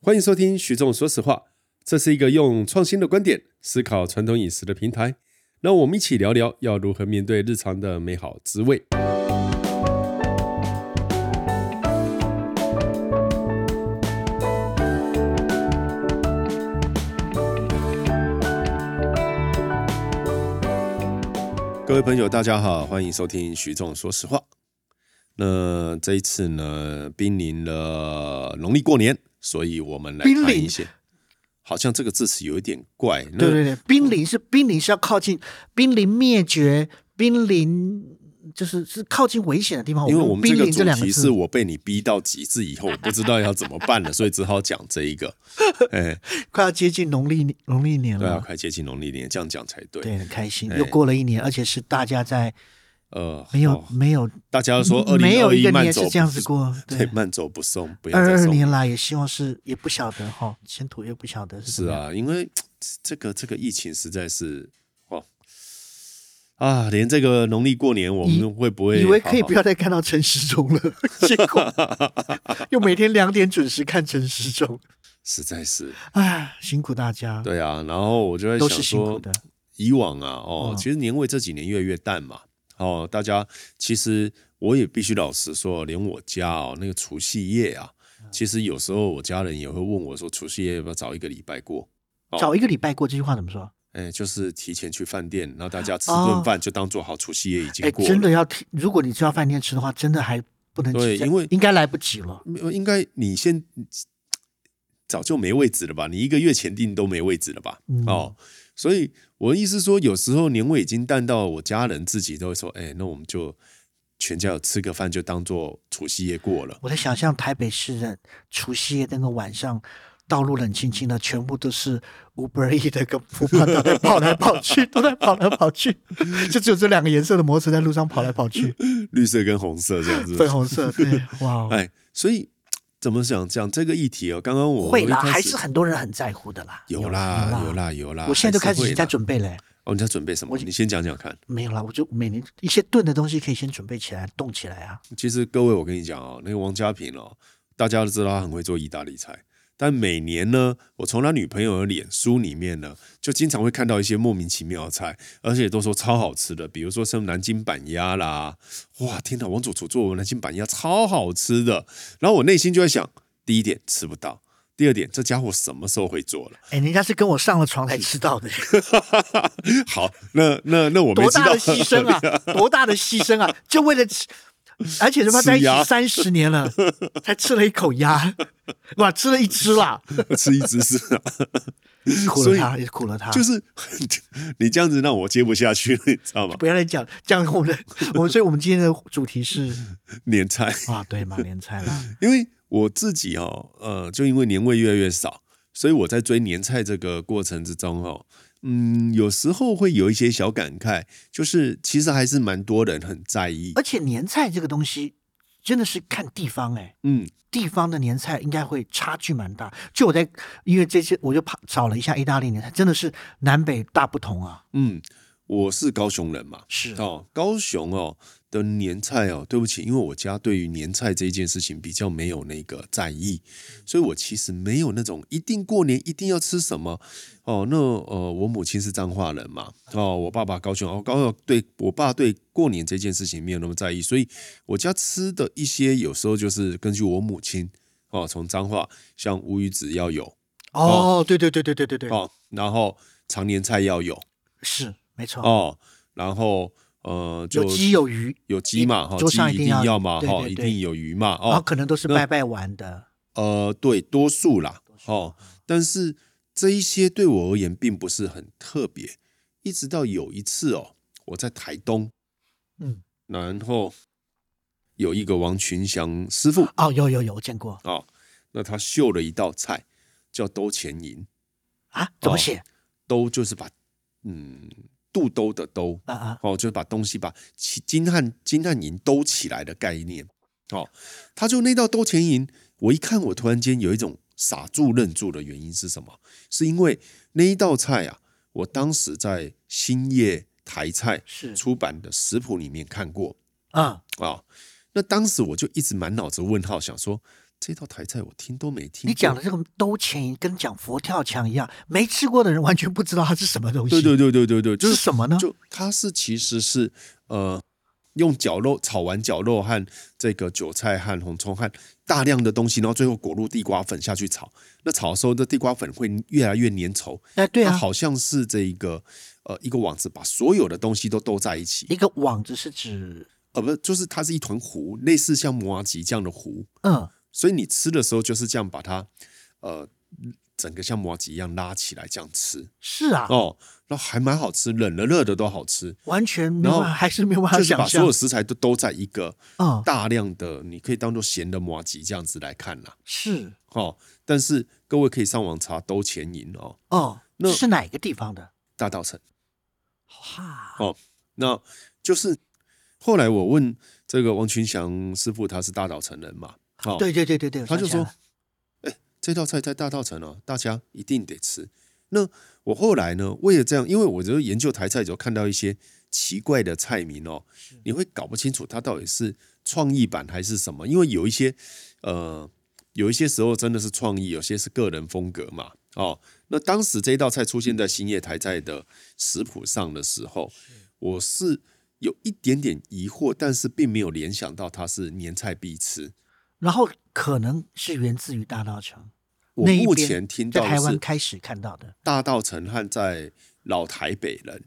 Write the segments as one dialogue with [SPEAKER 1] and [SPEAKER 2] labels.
[SPEAKER 1] 欢迎收听徐总说实话，这是一个用创新的观点思考传统饮食的平台。让我们一起聊聊要如何面对日常的美好滋味。各位朋友，大家好，欢迎收听徐总说实话。那这一次呢，濒临了农历过年，所以我们来
[SPEAKER 2] 濒
[SPEAKER 1] 看
[SPEAKER 2] 临
[SPEAKER 1] 一些，好像这个字词有一点怪。那
[SPEAKER 2] 对对对，濒临是濒临是要靠近，濒临灭绝，濒临就是是靠近危险的地方。
[SPEAKER 1] 因为我
[SPEAKER 2] 我
[SPEAKER 1] 们这
[SPEAKER 2] 濒
[SPEAKER 1] 个
[SPEAKER 2] 临
[SPEAKER 1] 主
[SPEAKER 2] 两个
[SPEAKER 1] 题
[SPEAKER 2] 字
[SPEAKER 1] 是我被你逼到极致以后，我不知道要怎么办了，所以只好讲这一 个。哎，
[SPEAKER 2] 快要接近农历年农历年
[SPEAKER 1] 对啊，
[SPEAKER 2] 了，
[SPEAKER 1] 快接近农历年，这样讲才对。
[SPEAKER 2] 嗯对，很开心，
[SPEAKER 1] 哎
[SPEAKER 2] 又过了一年，而且是大家在
[SPEAKER 1] 呃，
[SPEAKER 2] 没有
[SPEAKER 1] 好
[SPEAKER 2] 没有
[SPEAKER 1] 大家都说二
[SPEAKER 2] 没
[SPEAKER 1] 零
[SPEAKER 2] 有
[SPEAKER 1] 二
[SPEAKER 2] 一个
[SPEAKER 1] 慢
[SPEAKER 2] 年
[SPEAKER 1] 走
[SPEAKER 2] 是
[SPEAKER 1] 不
[SPEAKER 2] 这样子过，
[SPEAKER 1] 对，慢走不送，不要
[SPEAKER 2] 二
[SPEAKER 1] 再
[SPEAKER 2] 二
[SPEAKER 1] 送。
[SPEAKER 2] 年来也希望是也不晓得哈，前途也不晓得是怎
[SPEAKER 1] 是
[SPEAKER 2] 么样。
[SPEAKER 1] 啊，因为这个这个疫情实在是哦啊，连这个农历过年我
[SPEAKER 2] 以
[SPEAKER 1] 们会不会
[SPEAKER 2] 以为可以不
[SPEAKER 1] 要？
[SPEAKER 2] 要再看到陈时中了，结 果又每天两点准时看陈时中，
[SPEAKER 1] 实在是
[SPEAKER 2] 哎，辛苦大家，
[SPEAKER 1] 对啊，然后我就在
[SPEAKER 2] 都
[SPEAKER 1] 想
[SPEAKER 2] 是辛
[SPEAKER 1] 说
[SPEAKER 2] 苦的，。
[SPEAKER 1] 以往啊，哦，
[SPEAKER 2] 嗯
[SPEAKER 1] 其实年味这几年越来越淡嘛。哦，大家其实我也必须老实说，连我家哦那个除夕夜啊，
[SPEAKER 2] 嗯
[SPEAKER 1] 其实有时候我家人也会问我说，除夕夜要不要早一个礼拜过？哦
[SPEAKER 2] 早一个礼拜过这句话怎么说？
[SPEAKER 1] 哎，就是提前去饭店，然后大家吃
[SPEAKER 2] 哦
[SPEAKER 1] 顿饭，就当做好除夕夜已经
[SPEAKER 2] 哎，
[SPEAKER 1] 过了。
[SPEAKER 2] 真的要提，如果你知道饭店吃的话，真的还不能
[SPEAKER 1] 对
[SPEAKER 2] 提前
[SPEAKER 1] 因为
[SPEAKER 2] 应该来不及了。
[SPEAKER 1] 没有，应该你先早就没位置了吧？你一个月前订都没位置了吧？
[SPEAKER 2] 嗯
[SPEAKER 1] 哦，所以我的意思是说，有时候年味已经淡到我家人自己都会说，哎，那我们就全家有吃个饭，就当做除夕夜过了。
[SPEAKER 2] 我在想象台北市的除夕夜那个晚上，道路冷清清的，全部都是 Uber E 的跟 f o o 都在跑来跑 去，都在跑来跑去，就只有这两个颜色的摩托车在路上跑来 跑去，
[SPEAKER 1] 绿色跟红色这样子，
[SPEAKER 2] 粉红色，对， 哇哦，
[SPEAKER 1] 哎，所以怎么想讲这个议题哦？刚刚我
[SPEAKER 2] 会
[SPEAKER 1] 一
[SPEAKER 2] 啦，
[SPEAKER 1] 开始
[SPEAKER 2] 还是很多人很在乎的啦，
[SPEAKER 1] 有啦，有
[SPEAKER 2] 啦，
[SPEAKER 1] 啦，有啦。
[SPEAKER 2] 我现在就
[SPEAKER 1] 还
[SPEAKER 2] 开
[SPEAKER 1] 是会
[SPEAKER 2] 始已经在
[SPEAKER 1] 啦
[SPEAKER 2] 准备嘞。
[SPEAKER 1] 哦，你在准备什么？你先讲讲看。
[SPEAKER 2] 没有啦，我就每年一些炖的东西可以先准备起来，冻起来啊。
[SPEAKER 1] 其实各位，我跟你讲哦，那个王家平哦，大家都知道他很会做意大利菜，但每年呢，我从他女朋友的脸书里面呢，就经常会看到一些莫名其妙的菜，而且都说超好吃的，比如说像南京板鸭啦，哇，天哪，王主厨做的南京板鸭超好吃的，然后我内心就在想，第一点吃不到。第二点，这家伙什么时候会做了？
[SPEAKER 2] 哎，人家是跟我上了床才知道的。
[SPEAKER 1] 好，那那那我没
[SPEAKER 2] 多
[SPEAKER 1] 知
[SPEAKER 2] 大
[SPEAKER 1] 道
[SPEAKER 2] 的牺 牲啊！多大的牺牲啊！就为了吃，而且他妈在一
[SPEAKER 1] 吃鸭
[SPEAKER 2] 起三十年了，才吃了一口鸭，哇，吃了一只 啦，
[SPEAKER 1] 吃一只 是啊，
[SPEAKER 2] 苦
[SPEAKER 1] 所以
[SPEAKER 2] 了他，也苦了他。
[SPEAKER 1] 就是是 你这样子让我接不下去了，你知道吗？
[SPEAKER 2] 不要再讲讲 我们的，我们所以我们今天的主题是
[SPEAKER 1] 年菜，
[SPEAKER 2] 啊，对马年菜啦，
[SPEAKER 1] 因为我自己哦，呃，就因为年味越来越少，所以我在追年菜这个过程之中哦，嗯，有时候会有一些小感慨，就是其实还是蛮多人很在意
[SPEAKER 2] 而，且年菜这个东西真的是看地方哎、
[SPEAKER 1] 嗯，
[SPEAKER 2] 地方的年菜应该会差距蛮大，就我在因为这些我就爬找了一下意大利年菜，真的是南北大不同啊！
[SPEAKER 1] 嗯，我是高雄人嘛，
[SPEAKER 2] 是
[SPEAKER 1] 哦，高雄哦的年菜哦，对不起，因为我家对于年菜这一件事情比较没有那个在意，所以我其实没有那种一定过年一定要吃什么哦。那呃，我母亲是彰化人嘛，哦，我爸爸高雄，哦，高雄对我爸对过年这件事情没有那么在意，所以我家吃的一些有时候就是根据我母亲哦，从彰化像乌鱼子要有
[SPEAKER 2] 哦，对对对对对对对，
[SPEAKER 1] 哦，然后常年菜要有。
[SPEAKER 2] 是没错。
[SPEAKER 1] 哦，然后呃，就
[SPEAKER 2] 有鸡有鱼，
[SPEAKER 1] 有鸡嘛，哈，
[SPEAKER 2] 桌
[SPEAKER 1] 鸡
[SPEAKER 2] 上一
[SPEAKER 1] 一
[SPEAKER 2] 定
[SPEAKER 1] 定
[SPEAKER 2] 要
[SPEAKER 1] 要嘛，
[SPEAKER 2] 对
[SPEAKER 1] 哈，
[SPEAKER 2] 对
[SPEAKER 1] 一
[SPEAKER 2] 对
[SPEAKER 1] 定有鱼嘛，
[SPEAKER 2] 然后
[SPEAKER 1] 哦，
[SPEAKER 2] 可能都是拜拜玩的。
[SPEAKER 1] 呃，对，多数啦，哦，但是这一些对我而言并不是很特别，一直到有一次哦，我在台东，
[SPEAKER 2] 嗯，
[SPEAKER 1] 然后有一个王群祥师傅
[SPEAKER 2] 哦，有有有，我见过
[SPEAKER 1] 哦，那他秀了一道菜叫兜钱银，
[SPEAKER 2] 啊，
[SPEAKER 1] 哦
[SPEAKER 2] 怎么写？
[SPEAKER 1] 兜就是把嗯肚兜的兜，
[SPEAKER 2] 啊啊，
[SPEAKER 1] 哦，就是把东西把其金汉金汉银兜起来的概念。哦，他就那道兜钱银，我一看，我突然间有一种傻住愣住的原因是什么？是因为那一道菜啊，我当时在兴业台菜
[SPEAKER 2] 是
[SPEAKER 1] 出版的食谱里面看过哦
[SPEAKER 2] 啊，
[SPEAKER 1] 啊、那当时我就一直满脑子问号，想说这道台菜我听都没听过。
[SPEAKER 2] 你讲的这个兜钱跟讲佛跳墙一样，没吃过的人完全不知道它是什么东
[SPEAKER 1] 对
[SPEAKER 2] 西。
[SPEAKER 1] 对对对对对，就是
[SPEAKER 2] 是什么呢？
[SPEAKER 1] 就它是其实是呃，用绞肉炒完绞肉和这个韭菜和红葱和大量的东西，然后最后裹入地瓜粉下去炒。那炒的时候，这地瓜粉会越来越粘稠。
[SPEAKER 2] 哎，对
[SPEAKER 1] 它
[SPEAKER 2] 啊，
[SPEAKER 1] 好像是这一个呃一个网子把所有的东西都兜在一起
[SPEAKER 2] 一，个网子是指，
[SPEAKER 1] 呃，不，就是它是一团糊，类似像摩阿吉这样的糊。
[SPEAKER 2] 嗯，
[SPEAKER 1] 所以你吃的时候就是这样把它呃整个像摩阿吉一样拉起来这样吃
[SPEAKER 2] 是啊，
[SPEAKER 1] 哦，然后还蛮好吃，冷的热的都好吃。
[SPEAKER 2] 完全没有办
[SPEAKER 1] 然
[SPEAKER 2] 法，
[SPEAKER 1] 后
[SPEAKER 2] 还是没有办法
[SPEAKER 1] 就是把
[SPEAKER 2] 想
[SPEAKER 1] 所
[SPEAKER 2] 象
[SPEAKER 1] 有。食材都都在一个
[SPEAKER 2] 嗯，
[SPEAKER 1] 大量的，你可以当做咸的麻吉这样子来看啦。
[SPEAKER 2] 是
[SPEAKER 1] 哦，但是各位可以上网查兜钱银哦，
[SPEAKER 2] 哦，
[SPEAKER 1] 那
[SPEAKER 2] 这是哪个地方的？
[SPEAKER 1] 大道城。
[SPEAKER 2] 哈，
[SPEAKER 1] 哦那就是后来我问这个王群祥师傅，他是大道城人嘛？哦，
[SPEAKER 2] 对对对对对，我
[SPEAKER 1] 他就
[SPEAKER 2] 想起来
[SPEAKER 1] 说
[SPEAKER 2] 了，
[SPEAKER 1] 这道菜在大道城哦，大家一定得吃。那我后来呢，为了这样，因为我就研究台菜的时候看到一些奇怪的菜名哦，你会搞不清楚它到底是创意版还是什么，因为有一些呃，有一些时候真的是创意，有些是个人风格嘛。哦，那当时这道菜出现在兴业台菜的食谱上的时候，我是有一点点疑惑，但是并没有联想到它是年菜必吃。
[SPEAKER 2] 然后可能是源自于大稻城，
[SPEAKER 1] 我
[SPEAKER 2] 那一
[SPEAKER 1] 目
[SPEAKER 2] 边
[SPEAKER 1] 前听
[SPEAKER 2] 在
[SPEAKER 1] 到的
[SPEAKER 2] 台
[SPEAKER 1] 是
[SPEAKER 2] 湾开始看到的，
[SPEAKER 1] 大道城和在老台北人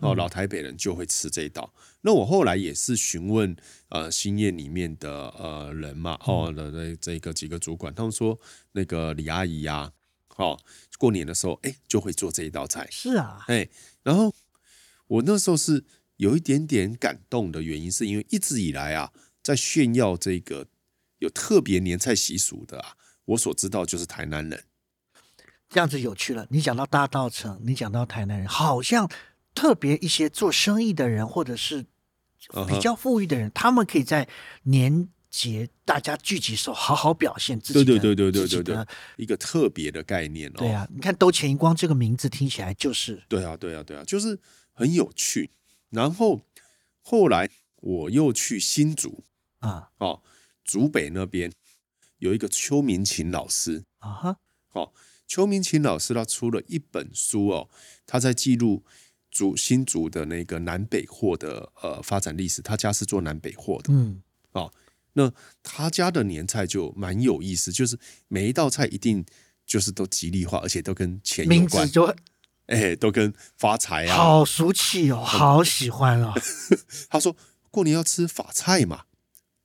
[SPEAKER 1] 哦，老台北人就会吃这一道。那我后来也是询问呃兴业里面的呃人嘛，哦的这这个几个主管，他们说那个李阿姨呀、哦，过年的时候哎就会做这一道菜，
[SPEAKER 2] 是啊，
[SPEAKER 1] 哎，然后我那时候是有一点点感动的原因，是因为一直以来啊，在炫耀这个有特别年菜习俗的啊，我所知道就是台南人。
[SPEAKER 2] 这样子有趣了。你讲到大稻城，你讲到台南人，好像特别一些做生意的人，或者是
[SPEAKER 1] 嗯
[SPEAKER 2] 比
[SPEAKER 1] 哼
[SPEAKER 2] 较富裕的人，他们可以在年节大家聚集的时候好好表现自己
[SPEAKER 1] 对
[SPEAKER 2] 的，
[SPEAKER 1] 对对对对
[SPEAKER 2] 自己
[SPEAKER 1] 对对
[SPEAKER 2] 的，
[SPEAKER 1] 一个特别的概念哦。
[SPEAKER 2] 对啊，你看“兜钱一光”这个名字听起来就是
[SPEAKER 1] 对啊，对啊，对啊，就是很有趣。然后后来我又去新竹
[SPEAKER 2] 啊
[SPEAKER 1] 哦，竹北那边有一个邱明琴老师
[SPEAKER 2] 啊哈，
[SPEAKER 1] 哦，邱明琴老师他出了一本书哦，他在记录竹新竹的那个南北货的呃发展历史。他家是做南北货的，
[SPEAKER 2] 嗯，
[SPEAKER 1] 那他家的年菜就蛮有意思，就是每一道菜一定就是都吉利化，而且都跟钱有
[SPEAKER 2] 名
[SPEAKER 1] 关
[SPEAKER 2] 字。就
[SPEAKER 1] 哎、都跟发财啊。
[SPEAKER 2] 好俗气哦，好喜欢哦，
[SPEAKER 1] 他说过年要吃法菜嘛，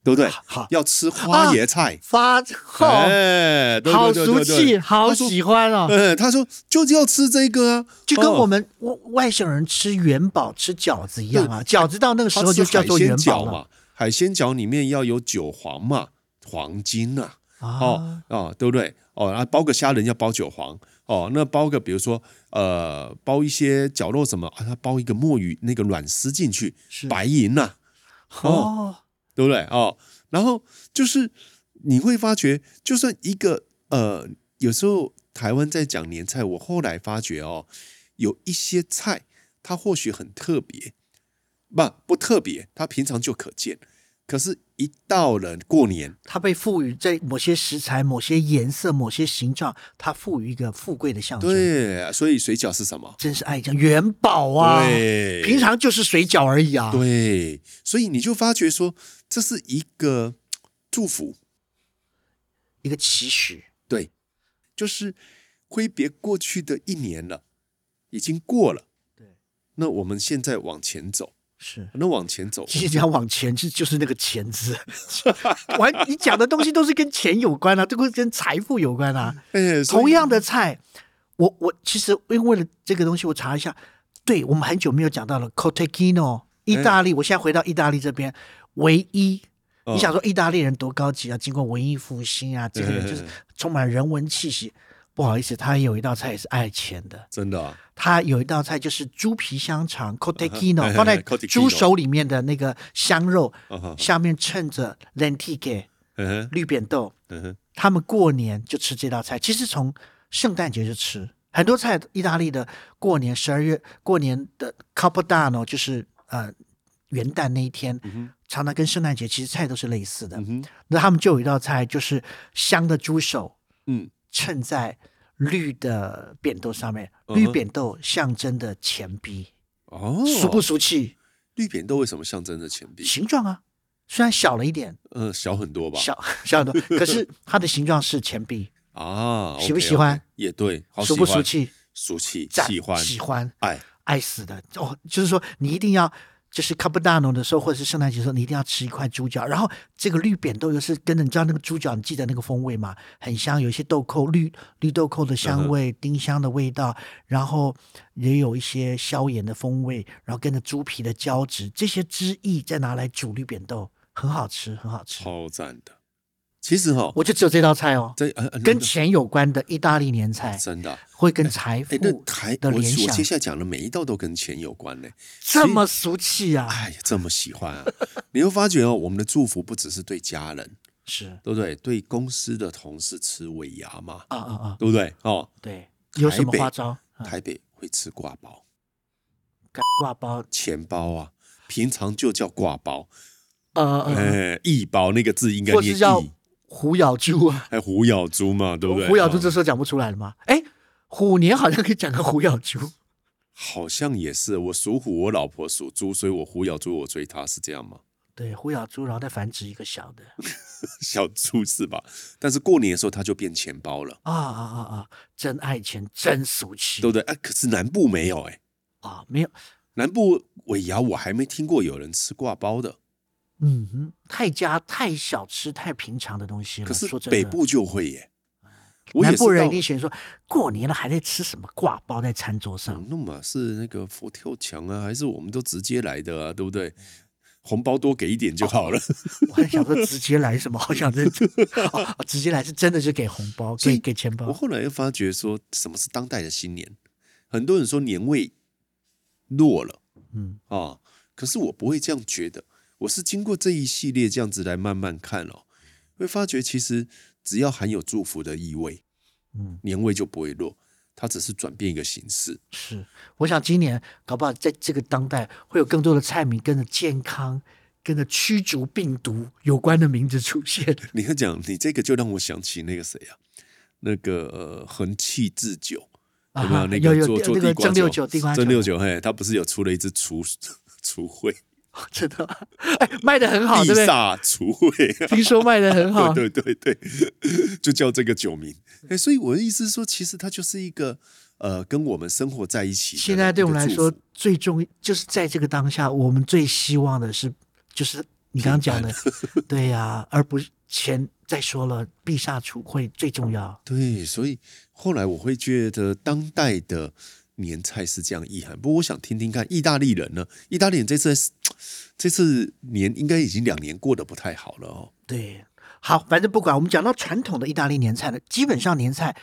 [SPEAKER 1] 对不对？
[SPEAKER 2] 好
[SPEAKER 1] 要吃花椰菜，
[SPEAKER 2] 发好
[SPEAKER 1] 哎、对
[SPEAKER 2] 好
[SPEAKER 1] 对对
[SPEAKER 2] 俗
[SPEAKER 1] 对
[SPEAKER 2] 气，
[SPEAKER 1] 对，
[SPEAKER 2] 好喜欢哦，
[SPEAKER 1] 哎，他说就是要吃这个啊，
[SPEAKER 2] 就跟我
[SPEAKER 1] 们、
[SPEAKER 2] 们外外省人吃元宝吃饺子一样啊，饺子到那个时
[SPEAKER 1] 哦他
[SPEAKER 2] 候
[SPEAKER 1] 吃
[SPEAKER 2] 就叫做
[SPEAKER 1] 海鲜
[SPEAKER 2] 元宝
[SPEAKER 1] 饺
[SPEAKER 2] 了
[SPEAKER 1] 嘛，海鲜饺里面要有韭黄嘛，黄金呐、
[SPEAKER 2] 啊
[SPEAKER 1] 哦。哦，对不对？哦，啊，包个虾仁要包韭黄，哦，那包个比如说呃，包一些绞肉什么啊，他包一个墨鱼那个软丝进去，
[SPEAKER 2] 是
[SPEAKER 1] 白银呐、
[SPEAKER 2] 哦，
[SPEAKER 1] 对不对？哦，然后就是你会发觉，就算一个呃，有时候台湾在讲年菜，我后来发觉哦，有一些菜它或许很特别，不不特别，它平常就可见，可是，一到了过年，
[SPEAKER 2] 它被赋予在某些食材、某些颜色、某些形状，它赋予一个富贵的象征。，
[SPEAKER 1] 对，所以水饺是什么？
[SPEAKER 2] 真是爱讲元宝啊！
[SPEAKER 1] 对，
[SPEAKER 2] 平常就是水饺而已啊。，
[SPEAKER 1] 对，所以你就发觉说，这是一个祝福，
[SPEAKER 2] 一个期许。
[SPEAKER 1] 对，就是挥别过去的一年了，已经过了。
[SPEAKER 2] 对，
[SPEAKER 1] 那我们现在往前走，
[SPEAKER 2] 是。
[SPEAKER 1] 那往前走，
[SPEAKER 2] 其实讲往前，就就是那个钱字。 完，你讲的东西都是跟钱有关啊，都跟跟财富有关啊。
[SPEAKER 1] 哎，所以
[SPEAKER 2] 同样的菜，我我其实因为了这个东西，我查一下，对我们很久没有讲到了 c o t e c i n
[SPEAKER 1] 哎
[SPEAKER 2] o 意大利。我现在回到意大利这边，唯一。
[SPEAKER 1] 嗯
[SPEAKER 2] 你想说意大利人多高级啊？经过文艺复兴啊，这个人就是
[SPEAKER 1] 嗯
[SPEAKER 2] 充满人文气息。不好意思，他有一道菜也是爱钱的，
[SPEAKER 1] 真的啊
[SPEAKER 2] 他有一道菜就是猪皮香肠 c o t e c i n
[SPEAKER 1] 嗯
[SPEAKER 2] o
[SPEAKER 1] 嗯
[SPEAKER 2] 放在
[SPEAKER 1] cotechino
[SPEAKER 2] 猪手里面的那个香肉
[SPEAKER 1] 嗯嗯，嗯
[SPEAKER 2] 下面衬着 lenticchie
[SPEAKER 1] 嗯哼
[SPEAKER 2] 绿扁豆，
[SPEAKER 1] 嗯哼，
[SPEAKER 2] 他们过年就吃这道菜，其实从圣诞节就吃很多菜。意大利的过年十二月过年的 Capodanno 就是呃元旦那一天，常常跟圣诞节其实菜都是类似的。
[SPEAKER 1] 嗯嗯哼，
[SPEAKER 2] 那他们就有一道菜就是香的猪手
[SPEAKER 1] 嗯，
[SPEAKER 2] 衬在绿的扁豆上面，
[SPEAKER 1] 嗯哼
[SPEAKER 2] 绿扁豆象征的钱币，
[SPEAKER 1] 哦，
[SPEAKER 2] 俗不俗气？
[SPEAKER 1] 绿扁豆为什么象征着钱币？
[SPEAKER 2] 形状啊，虽然小了一点，
[SPEAKER 1] 呃，小很多吧？
[SPEAKER 2] 小小很多，可是它的形状是钱币，
[SPEAKER 1] 啊，
[SPEAKER 2] 喜不喜欢
[SPEAKER 1] OK，OK，也对， 好
[SPEAKER 2] 俗不
[SPEAKER 1] 喜
[SPEAKER 2] 俗
[SPEAKER 1] 欢？
[SPEAKER 2] 气？
[SPEAKER 1] 俗气，
[SPEAKER 2] 赞
[SPEAKER 1] 喜欢，
[SPEAKER 2] 喜欢，
[SPEAKER 1] 爱，
[SPEAKER 2] 爱死的哦！就是说，你一定要就是卡布达诺的时候，或者是圣诞节的时候，你一定要吃一块猪脚。然后这个绿扁豆又是跟着你知道那个猪脚，你记得那个风味吗？很香，有一些豆蔻绿绿豆蔻的
[SPEAKER 1] 嗯
[SPEAKER 2] 香味、丁香的味道，然后也有一些消炎的风味，然后跟着猪皮的胶质，这些汁液再拿来煮绿扁豆，很好吃，很好吃。
[SPEAKER 1] 超赞的。其实哈，
[SPEAKER 2] 我就只有这道菜哦，
[SPEAKER 1] 在呃呃
[SPEAKER 2] 跟
[SPEAKER 1] 那
[SPEAKER 2] 钱有关的意大利年菜，
[SPEAKER 1] 真的啊，
[SPEAKER 2] 会跟财
[SPEAKER 1] 哎，那
[SPEAKER 2] 富
[SPEAKER 1] 台
[SPEAKER 2] 的
[SPEAKER 1] 我我
[SPEAKER 2] 联想
[SPEAKER 1] 接下来讲的每一道都跟钱有关呢。
[SPEAKER 2] 这么俗气啊！
[SPEAKER 1] 哎呀，这么喜欢啊！ 你会发觉哦，我们的祝福不只是对家人，
[SPEAKER 2] 是
[SPEAKER 1] 对不对？对公司的同事吃尾牙嘛，
[SPEAKER 2] 啊啊啊！
[SPEAKER 1] 对不对？哦，
[SPEAKER 2] 对，有什么
[SPEAKER 1] 台北
[SPEAKER 2] 花招？啊
[SPEAKER 1] 台北会吃挂包、
[SPEAKER 2] 干挂包，
[SPEAKER 1] 钱包啊，平常就叫挂包，
[SPEAKER 2] 呃，呃
[SPEAKER 1] 哎，一包那个字应该
[SPEAKER 2] 或
[SPEAKER 1] 念
[SPEAKER 2] 是叫
[SPEAKER 1] 一，
[SPEAKER 2] 虎咬猪啊？
[SPEAKER 1] 还虎咬猪嘛，对不对？
[SPEAKER 2] 虎咬猪
[SPEAKER 1] 哦
[SPEAKER 2] 这时候讲不出来了吗？哎，虎年好像可以讲个虎咬猪，
[SPEAKER 1] 好像也是，我属虎，我老婆属猪，所以我虎咬猪，我追她是这样吗？
[SPEAKER 2] 对，虎咬猪，然后再繁殖一个小的
[SPEAKER 1] 小猪是吧？但是过年的时候它就变钱包了，
[SPEAKER 2] 啊啊啊啊！真爱钱真俗气
[SPEAKER 1] 对不对？啊，可是南部没有哎、
[SPEAKER 2] 啊，没有，
[SPEAKER 1] 南部尾牙我还没听过有人吃挂包的，
[SPEAKER 2] 嗯哼，太家太小吃太平常的东西了。
[SPEAKER 1] 可是
[SPEAKER 2] 嗯说真的
[SPEAKER 1] 北。部就会耶、我也
[SPEAKER 2] 南
[SPEAKER 1] 是
[SPEAKER 2] 部人
[SPEAKER 1] 到
[SPEAKER 2] 一定嫌说，过年了还在吃什么挂包在餐桌上？
[SPEAKER 1] 那么啊是那个佛跳墙啊，还是我们都直接来的啊，对不对？红包多给一点就好了。
[SPEAKER 2] 我还想说直接来什么，好想 认真、哦，直接来是真的是给红包，
[SPEAKER 1] 所以
[SPEAKER 2] 给给钱包
[SPEAKER 1] 我。后来又发觉说，什么是当代的新年？很多人说年味弱了。
[SPEAKER 2] 嗯，
[SPEAKER 1] 啊，可是我不会这样觉得，我是经过这一系列这样子来慢慢看哦，会发觉其实只要含有祝福的意味，
[SPEAKER 2] 嗯，
[SPEAKER 1] 年味就不会落，它只是转变一个形式。
[SPEAKER 2] 是，我想今年搞不好在这个当代会有更多的菜名跟着健康、跟着驱逐病毒有关的名字 出现。
[SPEAKER 1] 你要讲你这个，就让我想起那个谁啊，那个呃恒气制酒，有没
[SPEAKER 2] 啊
[SPEAKER 1] 有那
[SPEAKER 2] 有
[SPEAKER 1] 个
[SPEAKER 2] 有
[SPEAKER 1] 做
[SPEAKER 2] 地
[SPEAKER 1] 做
[SPEAKER 2] 那个
[SPEAKER 1] 地瓜
[SPEAKER 2] 蒸馏酒地瓜
[SPEAKER 1] 蒸
[SPEAKER 2] 酒
[SPEAKER 1] 馏酒，嘿，他不是有出了一支厨 厨会，
[SPEAKER 2] 真的吗，哎，卖的很好，
[SPEAKER 1] 地
[SPEAKER 2] 对不对？
[SPEAKER 1] 煞厨会。
[SPEAKER 2] 听说卖的很 好，
[SPEAKER 1] 对对对对，就叫这个酒名。哎，所以我的意思是说，其实它就是一个呃，跟我们生活在一起的
[SPEAKER 2] 现在对我们
[SPEAKER 1] 一
[SPEAKER 2] 来
[SPEAKER 1] 个
[SPEAKER 2] 说
[SPEAKER 1] 祝福，
[SPEAKER 2] 最重就是在这个当下，我们最希望的是，就是你刚刚讲的，对呀、而不是钱。再说了，必杀除会最重要。
[SPEAKER 1] 对，所以后来我会觉得当代的年菜是这样意涵。不过我想听听看，意大利人呢？意大利人这次这次年应该已经两年过得不太好了哦。
[SPEAKER 2] 对，好，反正不管，我们讲到传统的意大利年菜呢，基本上年菜，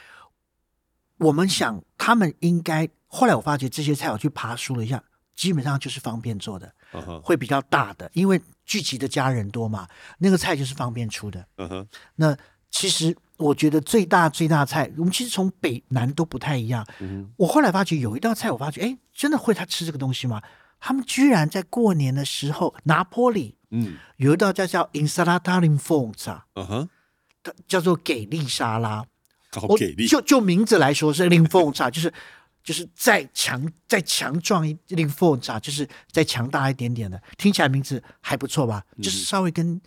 [SPEAKER 2] 我们想他们应该，后来我发觉这些菜，我去爬书了一下，基本上就是方便做的，
[SPEAKER 1] 嗯哼，
[SPEAKER 2] 会比较大的，因为聚集的家人多嘛，那个菜就是方便出的。
[SPEAKER 1] 嗯哼，
[SPEAKER 2] 那其实我觉得最大最大的菜，我们其实从北南都不太一样。
[SPEAKER 1] 嗯
[SPEAKER 2] 我后来发觉有一道菜，我发觉哎，诶真的会他吃这个东西吗？他们居然在过年的时候，拿坡里
[SPEAKER 1] 嗯
[SPEAKER 2] 有一道菜叫 insalata l i n f o n z a
[SPEAKER 1] 嗯哼，
[SPEAKER 2] 它叫做给力沙拉。
[SPEAKER 1] 好
[SPEAKER 2] 我
[SPEAKER 1] 哦给力，
[SPEAKER 2] 就就名字来说是 l i n f o n z a 就是就是再强再强壮一 l i n f o n z a 就是再强大一点点的，听起来名字还不错吧？
[SPEAKER 1] 嗯
[SPEAKER 2] 就是稍微跟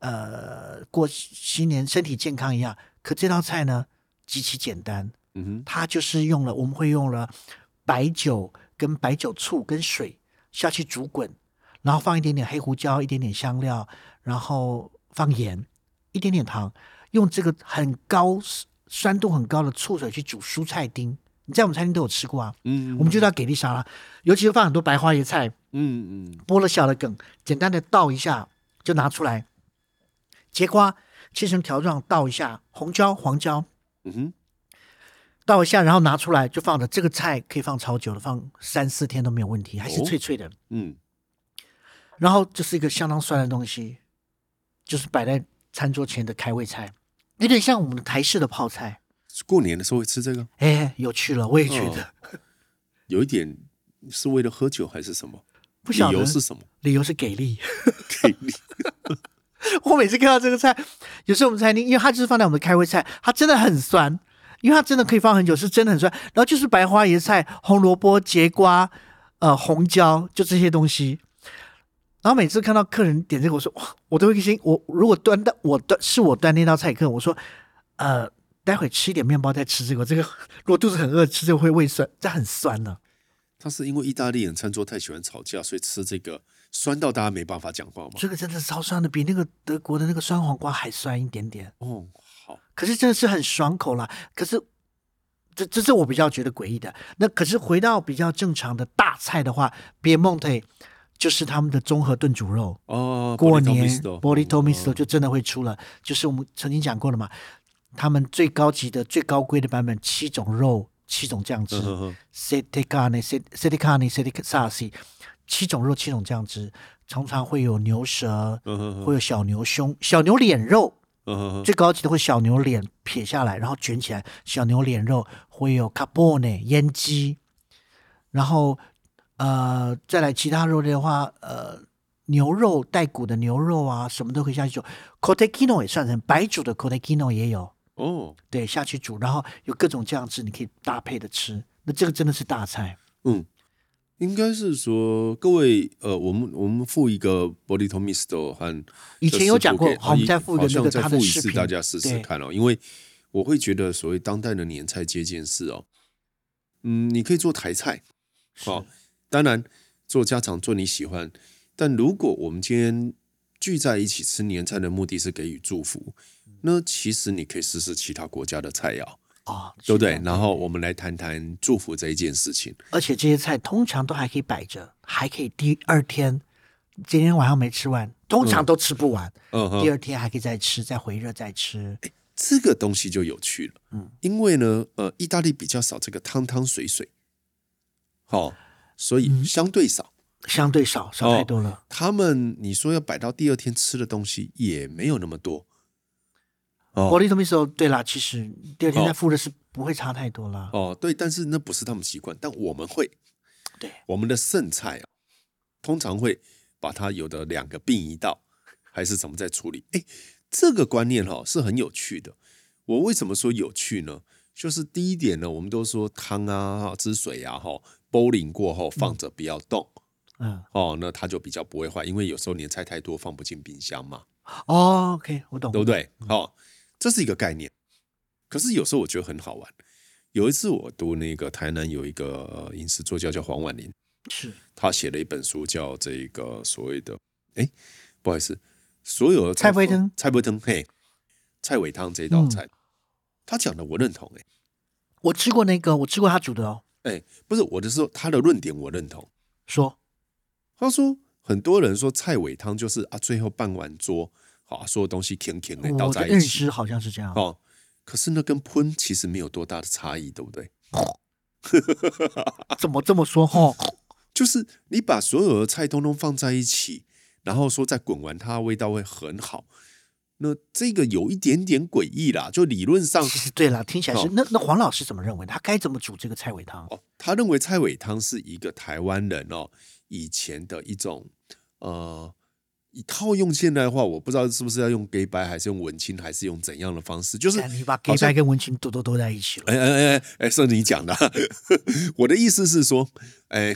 [SPEAKER 2] 呃过新年身体健康一样。可这道菜呢极其简单，
[SPEAKER 1] 嗯哼，
[SPEAKER 2] 它就是用了我们会用了白酒跟白酒醋跟水下去煮滚，然后放一点点黑胡椒，一点点香料，然后放盐，一点点糖，用这个很高酸度很高的醋水去煮蔬菜丁。你在我们餐厅都有吃过啊，
[SPEAKER 1] 嗯，
[SPEAKER 2] 我们就叫给力沙拉，尤其是放很多白花椰菜，
[SPEAKER 1] 嗯嗯
[SPEAKER 2] 剥了小的梗，简单的倒一下就拿出来，节瓜切成条状，倒一下，红椒、黄椒，
[SPEAKER 1] 嗯哼，
[SPEAKER 2] 倒一下，然后拿出来就放着。这个菜可以放超久的，放三四天都没有问题，还是
[SPEAKER 1] 哦
[SPEAKER 2] 脆脆的。
[SPEAKER 1] 嗯，
[SPEAKER 2] 然后就是一个相当酸的东西，就是摆在餐桌前的开胃菜，有点像我们的台式的泡菜。
[SPEAKER 1] 过年的时候会吃这个，哦
[SPEAKER 2] 哎，有趣了，我也觉得。
[SPEAKER 1] 有一点是为了喝酒还是什么？
[SPEAKER 2] 不
[SPEAKER 1] 理
[SPEAKER 2] 晓得
[SPEAKER 1] 由是什么？
[SPEAKER 2] 理由是给力。
[SPEAKER 1] 给力，
[SPEAKER 2] 我每次看到这个菜，有时候我们餐厅，因为它就是放在我们的开胃菜，它真的很酸，因为它真的可以放很久，是真的很酸。然后就是白花椰菜、红萝卜、节瓜、呃红椒，就这些东西。然后每次看到客人点这个，我说哇，我都会心。我如果端到我端是我端那道菜给客人，我说呃，待会吃一点面包再吃这个，这个如果肚子很饿，吃这个会胃酸，这很酸呢、
[SPEAKER 1] 他是因为意大利人餐桌太喜欢吵架，所以吃这个酸到大家没办法讲话吗？
[SPEAKER 2] 这个真的是超酸的，比那个德国的那个酸黄瓜还酸一点点。
[SPEAKER 1] 哦，好，
[SPEAKER 2] 可是真的是很爽口啦。可是这这是我比较觉得诡异的。那可是回到比较正常的大菜的话，别梦腿就是他们的综合炖煮肉。
[SPEAKER 1] 哦，
[SPEAKER 2] 过年
[SPEAKER 1] burrito misto
[SPEAKER 2] burrito
[SPEAKER 1] 嗯
[SPEAKER 2] misto 就真的会出了，就是我们曾经讲过了嘛，他们最高级的、最高贵的版本，七种肉、七种酱汁
[SPEAKER 1] 嗯哼哼
[SPEAKER 2] ，sette carne、sette carne、sette salsi，七种肉、七种酱汁，常常会有牛舌，
[SPEAKER 1] 嗯哼哼
[SPEAKER 2] 会有小牛胸、小牛脸肉，
[SPEAKER 1] 嗯哼哼
[SPEAKER 2] 最高级的会小牛脸撇下来，然后卷起来，小牛脸肉会有 carbone 腌鸡，然后呃再来其他肉类的话，呃牛肉带骨的牛肉啊，什么都可以下去煮 c o t e q u i n o 也算成白煮的 c o t e q u i n o 也有，
[SPEAKER 1] 哦，
[SPEAKER 2] 对，下去煮，然后有各种酱汁，你可以搭配的吃。那这个真的是大菜，
[SPEAKER 1] 嗯，应该是说各位呃，我们我们附一个 burrito misto 和
[SPEAKER 2] 以前有讲过
[SPEAKER 1] 这食谱给
[SPEAKER 2] 好我们再附一个
[SPEAKER 1] 好像
[SPEAKER 2] 那个
[SPEAKER 1] 再
[SPEAKER 2] 它
[SPEAKER 1] 附
[SPEAKER 2] 的
[SPEAKER 1] 一
[SPEAKER 2] 视
[SPEAKER 1] 次
[SPEAKER 2] 频
[SPEAKER 1] 大家试试
[SPEAKER 2] 对
[SPEAKER 1] 看哦，因为我会觉得所谓当代的年菜接见式哦，嗯，你可以做台菜，好、当然做家常做你喜欢，但如果我们今天聚在一起吃年菜的目的是给予祝福，那其实你可以试试其他国家的菜肴，
[SPEAKER 2] 啊，
[SPEAKER 1] 对不对
[SPEAKER 2] 是？的
[SPEAKER 1] 然后我们来谈谈祝福这一件事情。
[SPEAKER 2] 而且这些菜通常都还可以摆着，还可以第二天，今天晚上没吃完，通常都吃不完。
[SPEAKER 1] 嗯哼
[SPEAKER 2] 第，二天还可以再吃，再回热再吃。
[SPEAKER 1] 这个东西就有趣了。
[SPEAKER 2] 嗯
[SPEAKER 1] 因为呢，呃，意大利比较少这个汤汤水水，好、所以相对少。
[SPEAKER 2] 相对少，
[SPEAKER 1] 哦
[SPEAKER 2] 少太多了。
[SPEAKER 1] 他们你说要摆到第二天吃的东西也没有那么多。
[SPEAKER 2] b
[SPEAKER 1] 哦
[SPEAKER 2] o l i t o m i s o 对啦，其实第二天
[SPEAKER 1] 哦
[SPEAKER 2] 再复热是不会差太多啦。
[SPEAKER 1] 哦，对，但是那不是他们习惯，但我们会，
[SPEAKER 2] 对，
[SPEAKER 1] 我们的剩菜啊，通常会把它有的两个并一道，还是怎么在处理？哎，这个观念哈、哦、是很有趣的。我为什么说有趣呢？就是第一点呢，我们都说汤啊、汁水啊、哈、煲淋过后放着不要动、
[SPEAKER 2] 嗯，
[SPEAKER 1] 哦，那它就比较不会坏，因为有时候年菜太多放不进冰箱嘛。
[SPEAKER 2] 哦，OK，我懂。
[SPEAKER 1] 对不对？好、这是一个概念。可是有时候我觉得很好玩。有一次我读那个台南有一个呃饮食作家叫黄婉玲，
[SPEAKER 2] 是
[SPEAKER 1] 她写了一本书叫这个所谓的哎，不好意思，所有的
[SPEAKER 2] 菜脯汤
[SPEAKER 1] 菜脯汤，嘿，菜尾汤这一
[SPEAKER 2] 嗯
[SPEAKER 1] 道菜，她讲的我认同、诶
[SPEAKER 2] 我吃过那个，我吃过他煮的哦。
[SPEAKER 1] 哎哎，不是我的时候，她的论点我认同。
[SPEAKER 2] 说
[SPEAKER 1] 她说很多人说菜尾汤就是啊，最后半碗桌，好、啊，所有东西甜甜的倒
[SPEAKER 2] 我
[SPEAKER 1] 在
[SPEAKER 2] 的
[SPEAKER 1] 一
[SPEAKER 2] 认
[SPEAKER 1] 起，
[SPEAKER 2] 知好像哦是这样。
[SPEAKER 1] 哦，可是那跟喷其实没有多大的差异，对不对？
[SPEAKER 2] 怎么这么
[SPEAKER 1] 嗯
[SPEAKER 2] 说？哦，
[SPEAKER 1] 就是你把所有的菜通通放在一起，然后说再滚完，它味道会很好。那这个有一点点诡异啦，就理论上，
[SPEAKER 2] 其实对啦，听起来是
[SPEAKER 1] 哦
[SPEAKER 2] 那那黄老师怎么认为？他该怎么煮这个菜尾汤？
[SPEAKER 1] 哦，他认为蔡伟汤是一个台湾人哦以前的一种呃，以套用现代化，我不知道是不是要用 gay 白，还是用文青，还是用怎样的方式，就是
[SPEAKER 2] 哎你把
[SPEAKER 1] 好
[SPEAKER 2] gay
[SPEAKER 1] 像
[SPEAKER 2] 白跟文青都都都在一起了。
[SPEAKER 1] 哎哎哎哎哎，是你讲的啊。 我的意思是说，哎，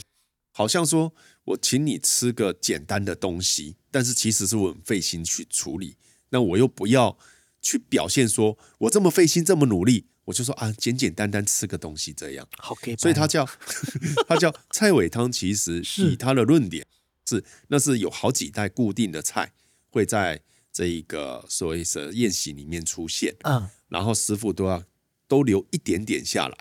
[SPEAKER 1] 好像说我请你吃个简单的东西，但是其实是我很费心去处理，那我又不要去表现说我这么费心这么努力，我就说啊，简简单单吃个东西这样。
[SPEAKER 2] 好 gay 白哦，
[SPEAKER 1] 所以它叫 它叫蔡伟汤，其实
[SPEAKER 2] 是
[SPEAKER 1] 以他的论点是，那是有好几代固定的菜会在这一个所谓是宴席里面出现。
[SPEAKER 2] 嗯，
[SPEAKER 1] 然后师傅都要都留一点点下来，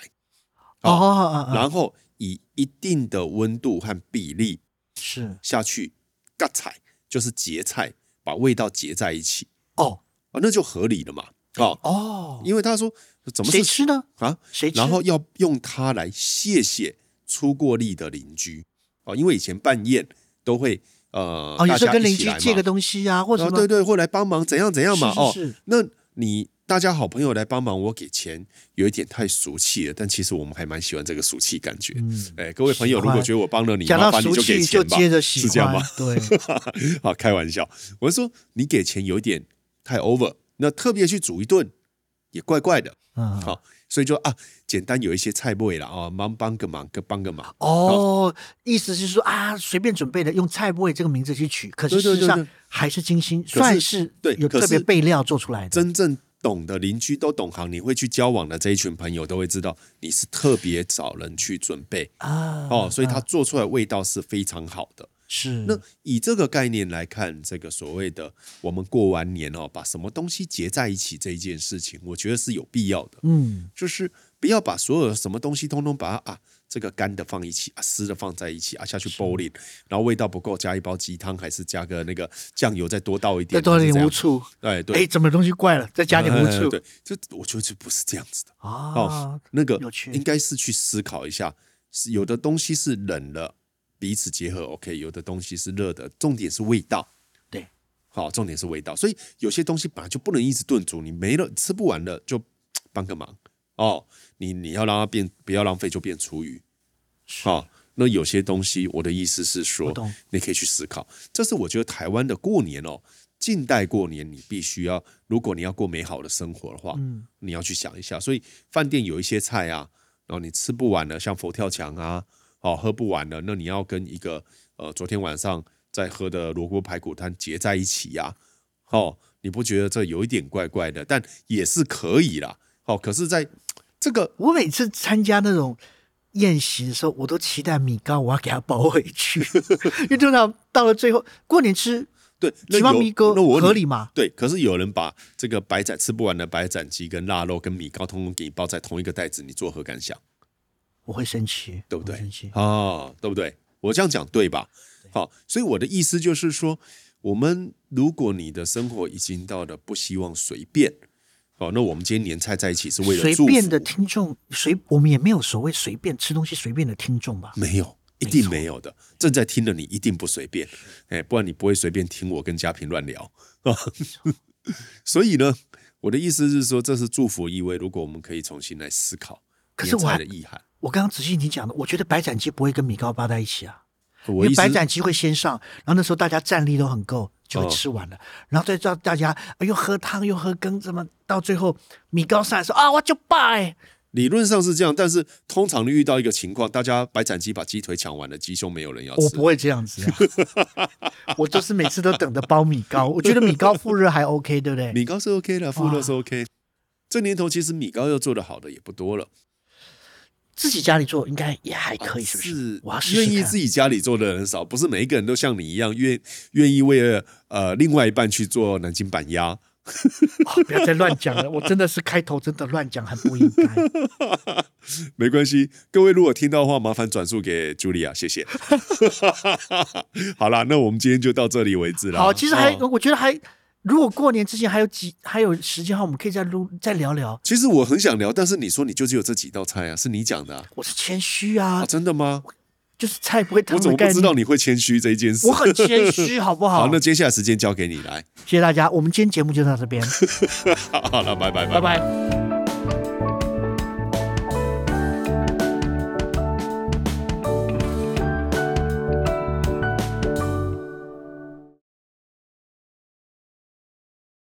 [SPEAKER 2] 哦哦哦哦，
[SPEAKER 1] 然后以一定的温度和比例
[SPEAKER 2] 是
[SPEAKER 1] 下去嘎菜，就是结菜，把味道结在一起
[SPEAKER 2] 哦
[SPEAKER 1] 啊，那就合理了嘛。哦，
[SPEAKER 2] 哦，
[SPEAKER 1] 因为他说怎么
[SPEAKER 2] 谁
[SPEAKER 1] 是
[SPEAKER 2] 吃呢？
[SPEAKER 1] 啊？
[SPEAKER 2] 谁吃？
[SPEAKER 1] 然后要用它来谢谢出过力的邻居啊，因为以前办宴都会呃，
[SPEAKER 2] 哦，有
[SPEAKER 1] 大
[SPEAKER 2] 时
[SPEAKER 1] 家
[SPEAKER 2] 候跟
[SPEAKER 1] 一
[SPEAKER 2] 邻
[SPEAKER 1] 起
[SPEAKER 2] 居
[SPEAKER 1] 来
[SPEAKER 2] 借
[SPEAKER 1] 嘛哦
[SPEAKER 2] 个东西啊，或什
[SPEAKER 1] 然
[SPEAKER 2] 么
[SPEAKER 1] 后对对，会来帮忙怎样怎样嘛哦
[SPEAKER 2] 是是是
[SPEAKER 1] 哦。那你大家好朋友来帮忙，我给钱，有一点太俗气了。但其实我们还蛮喜欢这个俗气感觉。哎、各位朋友，
[SPEAKER 2] 嗯喜
[SPEAKER 1] 如
[SPEAKER 2] 欢
[SPEAKER 1] 果觉得我帮了你，
[SPEAKER 2] 哎讲
[SPEAKER 1] 麻
[SPEAKER 2] 到
[SPEAKER 1] 烦你
[SPEAKER 2] 熟
[SPEAKER 1] 就给
[SPEAKER 2] 悉就
[SPEAKER 1] 钱吧，
[SPEAKER 2] 接着喜
[SPEAKER 1] 是
[SPEAKER 2] 欢，
[SPEAKER 1] 这样吗？
[SPEAKER 2] 对，
[SPEAKER 1] 好，开玩笑，我是说你给钱有一点太 over，那特别去煮一顿也怪怪的。
[SPEAKER 2] 嗯，
[SPEAKER 1] 好所以就啊，简单有一些菜味了啊，忙帮个忙，个帮个忙。
[SPEAKER 2] 哦，意思是说啊，随便准备的，用“菜味”这个名字去取，可是
[SPEAKER 1] 对对
[SPEAKER 2] 事实上
[SPEAKER 1] 对对
[SPEAKER 2] 还是精心，
[SPEAKER 1] 是
[SPEAKER 2] 算是
[SPEAKER 1] 对
[SPEAKER 2] 有
[SPEAKER 1] 可
[SPEAKER 2] 特别
[SPEAKER 1] 是
[SPEAKER 2] 备料做出来的。
[SPEAKER 1] 真正懂的邻居都懂行，你会去交往的这一群朋友都会知道，你是特别找人去准备
[SPEAKER 2] 啊，
[SPEAKER 1] 哦，所以它
[SPEAKER 2] 啊
[SPEAKER 1] 做出来的味道是非常好的。
[SPEAKER 2] 是
[SPEAKER 1] 那以这个概念来看，这个所谓的我们过完年哦，把什么东西结在一起这一件事情，我觉得是有必要的。
[SPEAKER 2] 嗯
[SPEAKER 1] 就是不要把所有的什么东西通通把它啊，这个干的放一起啊，湿的放在一起啊，下去 bowling，然后味道不够加一包鸡汤，还是加个那个酱油再多倒一点，
[SPEAKER 2] 再多
[SPEAKER 1] 还是
[SPEAKER 2] 点
[SPEAKER 1] 这样
[SPEAKER 2] 乌醋，
[SPEAKER 1] 哎对，
[SPEAKER 2] 哎，怎么东西怪了？再加点乌醋
[SPEAKER 1] 哎对，这我觉得这不是这样子的
[SPEAKER 2] 啊
[SPEAKER 1] 哦，，那个
[SPEAKER 2] 有趣
[SPEAKER 1] 应该是去思考一下，是有的东西是冷了彼此结合 OK，有的东西是热的，重点是味道。
[SPEAKER 2] 对，
[SPEAKER 1] 好，重点是味道，所以有些东西本来就不能一直炖煮，你没了吃不完了就帮个忙哦。你你要让它变，不要浪费就变厨余。
[SPEAKER 2] 是
[SPEAKER 1] 好、那有些东西，我的意思是
[SPEAKER 2] 我
[SPEAKER 1] 说
[SPEAKER 2] 懂，
[SPEAKER 1] 你可以去思考。这是我觉得台湾的过年哦，近代过年你必须要，如果你要过美好的生活的话，
[SPEAKER 2] 嗯
[SPEAKER 1] 你要去想一下。所以饭店有一些菜啊，然后你吃不完了，像佛跳墙啊，哦，喝不完了，那你要跟一个呃昨天晚上在喝的萝卜排骨汤结在一起呀、哦，你不觉得这有一点怪怪的？但也是可以啦。哦，可是在这个
[SPEAKER 2] 我每次参加那种宴席的时候，我都期待米糕我要给它包回去， 因为通常到了最后过年吃
[SPEAKER 1] 对，那
[SPEAKER 2] 吉巴
[SPEAKER 1] 有
[SPEAKER 2] 米糕
[SPEAKER 1] 那我问
[SPEAKER 2] 合
[SPEAKER 1] 你
[SPEAKER 2] 理吗？
[SPEAKER 1] 对，可是有人把这个白斩吃不完的白斩鸡跟腊肉跟米糕通通给你包在同一个袋子，你作何感想？
[SPEAKER 2] 我会生气，
[SPEAKER 1] 对不对
[SPEAKER 2] 我会生气，
[SPEAKER 1] 哦，对不对？我这样讲对吧？好，所以我的意思就是说，我们如果你的生活已经到了不希望随便，哦，那我们今天年菜在一起是为了
[SPEAKER 2] 随
[SPEAKER 1] 祝
[SPEAKER 2] 便
[SPEAKER 1] 福
[SPEAKER 2] 的听众，随我们也没有所谓随便吃东西随便的听众吧？
[SPEAKER 1] 没有，一定没有的。正在听的你一定不随便，哎，不然你不会随便听我跟嘉平乱聊啊。 所以呢，我的意思是说，这是祝福意味。如果我们可以重新来思考
[SPEAKER 2] 可是
[SPEAKER 1] 年
[SPEAKER 2] 我还
[SPEAKER 1] 菜的意涵，
[SPEAKER 2] 我刚刚仔细你讲的，我觉得白斩鸡不会跟米糕扒在一起啊，
[SPEAKER 1] 我
[SPEAKER 2] 因
[SPEAKER 1] 意
[SPEAKER 2] 为
[SPEAKER 1] 思
[SPEAKER 2] 白
[SPEAKER 1] 是
[SPEAKER 2] 斩鸡会先上，然后那时候大家战力都很够，就会
[SPEAKER 1] 哦
[SPEAKER 2] 吃完了，然后再叫大家哎又喝汤又喝羹，怎么到最后米糕上来说啊我就拜、
[SPEAKER 1] 理论上是这样，但是通常遇到一个情况，大家白斩鸡把鸡腿抢完了，鸡胸没有人要
[SPEAKER 2] 我
[SPEAKER 1] 吃
[SPEAKER 2] 不。会这样子、啊， 我就是每次都等着包米糕。我觉得米糕复热还 OK，对不对？
[SPEAKER 1] 米糕是 OK 的，富肉是 OK。这年头其实米糕要做的好的也不多了，
[SPEAKER 2] 自己家里做应该也还可以，是不是？我要
[SPEAKER 1] 啊
[SPEAKER 2] 试
[SPEAKER 1] 愿
[SPEAKER 2] 试
[SPEAKER 1] 意
[SPEAKER 2] 看
[SPEAKER 1] 自。己家里做的人少，不是每一个人都像你一样愿愿意为了呃另外一半去做南京板鸭。
[SPEAKER 2] 哦不要再乱讲了，我真的是开头真的乱讲，很不 应该。
[SPEAKER 1] 没关系，各位如果听到的话，麻烦转述给茱莉亚，谢 谢。好啦，那我们今天就到这里为止了。
[SPEAKER 2] 好，其实还
[SPEAKER 1] 哦
[SPEAKER 2] 我觉得还，如果过年之前还有几还有时间的话，我们可以再录再聊聊。
[SPEAKER 1] 其实我很想聊，但是你说你就只有这几道菜啊，是你讲的啊
[SPEAKER 2] 我是谦虚啊
[SPEAKER 1] 啊？，真的吗？
[SPEAKER 2] 就是菜不会
[SPEAKER 1] 我
[SPEAKER 2] 烫
[SPEAKER 1] 怎
[SPEAKER 2] 的
[SPEAKER 1] 么不
[SPEAKER 2] 概
[SPEAKER 1] 知道
[SPEAKER 2] 念。
[SPEAKER 1] 你会谦虚这一件事？
[SPEAKER 2] 我很谦虚，好 不
[SPEAKER 1] 好
[SPEAKER 2] 好？，
[SPEAKER 1] 那接下来时间交给你来。
[SPEAKER 2] 谢谢大家，我们今天节目就到这边，
[SPEAKER 1] 好了，拜拜，拜
[SPEAKER 2] 拜
[SPEAKER 1] 拜。
[SPEAKER 2] 拜。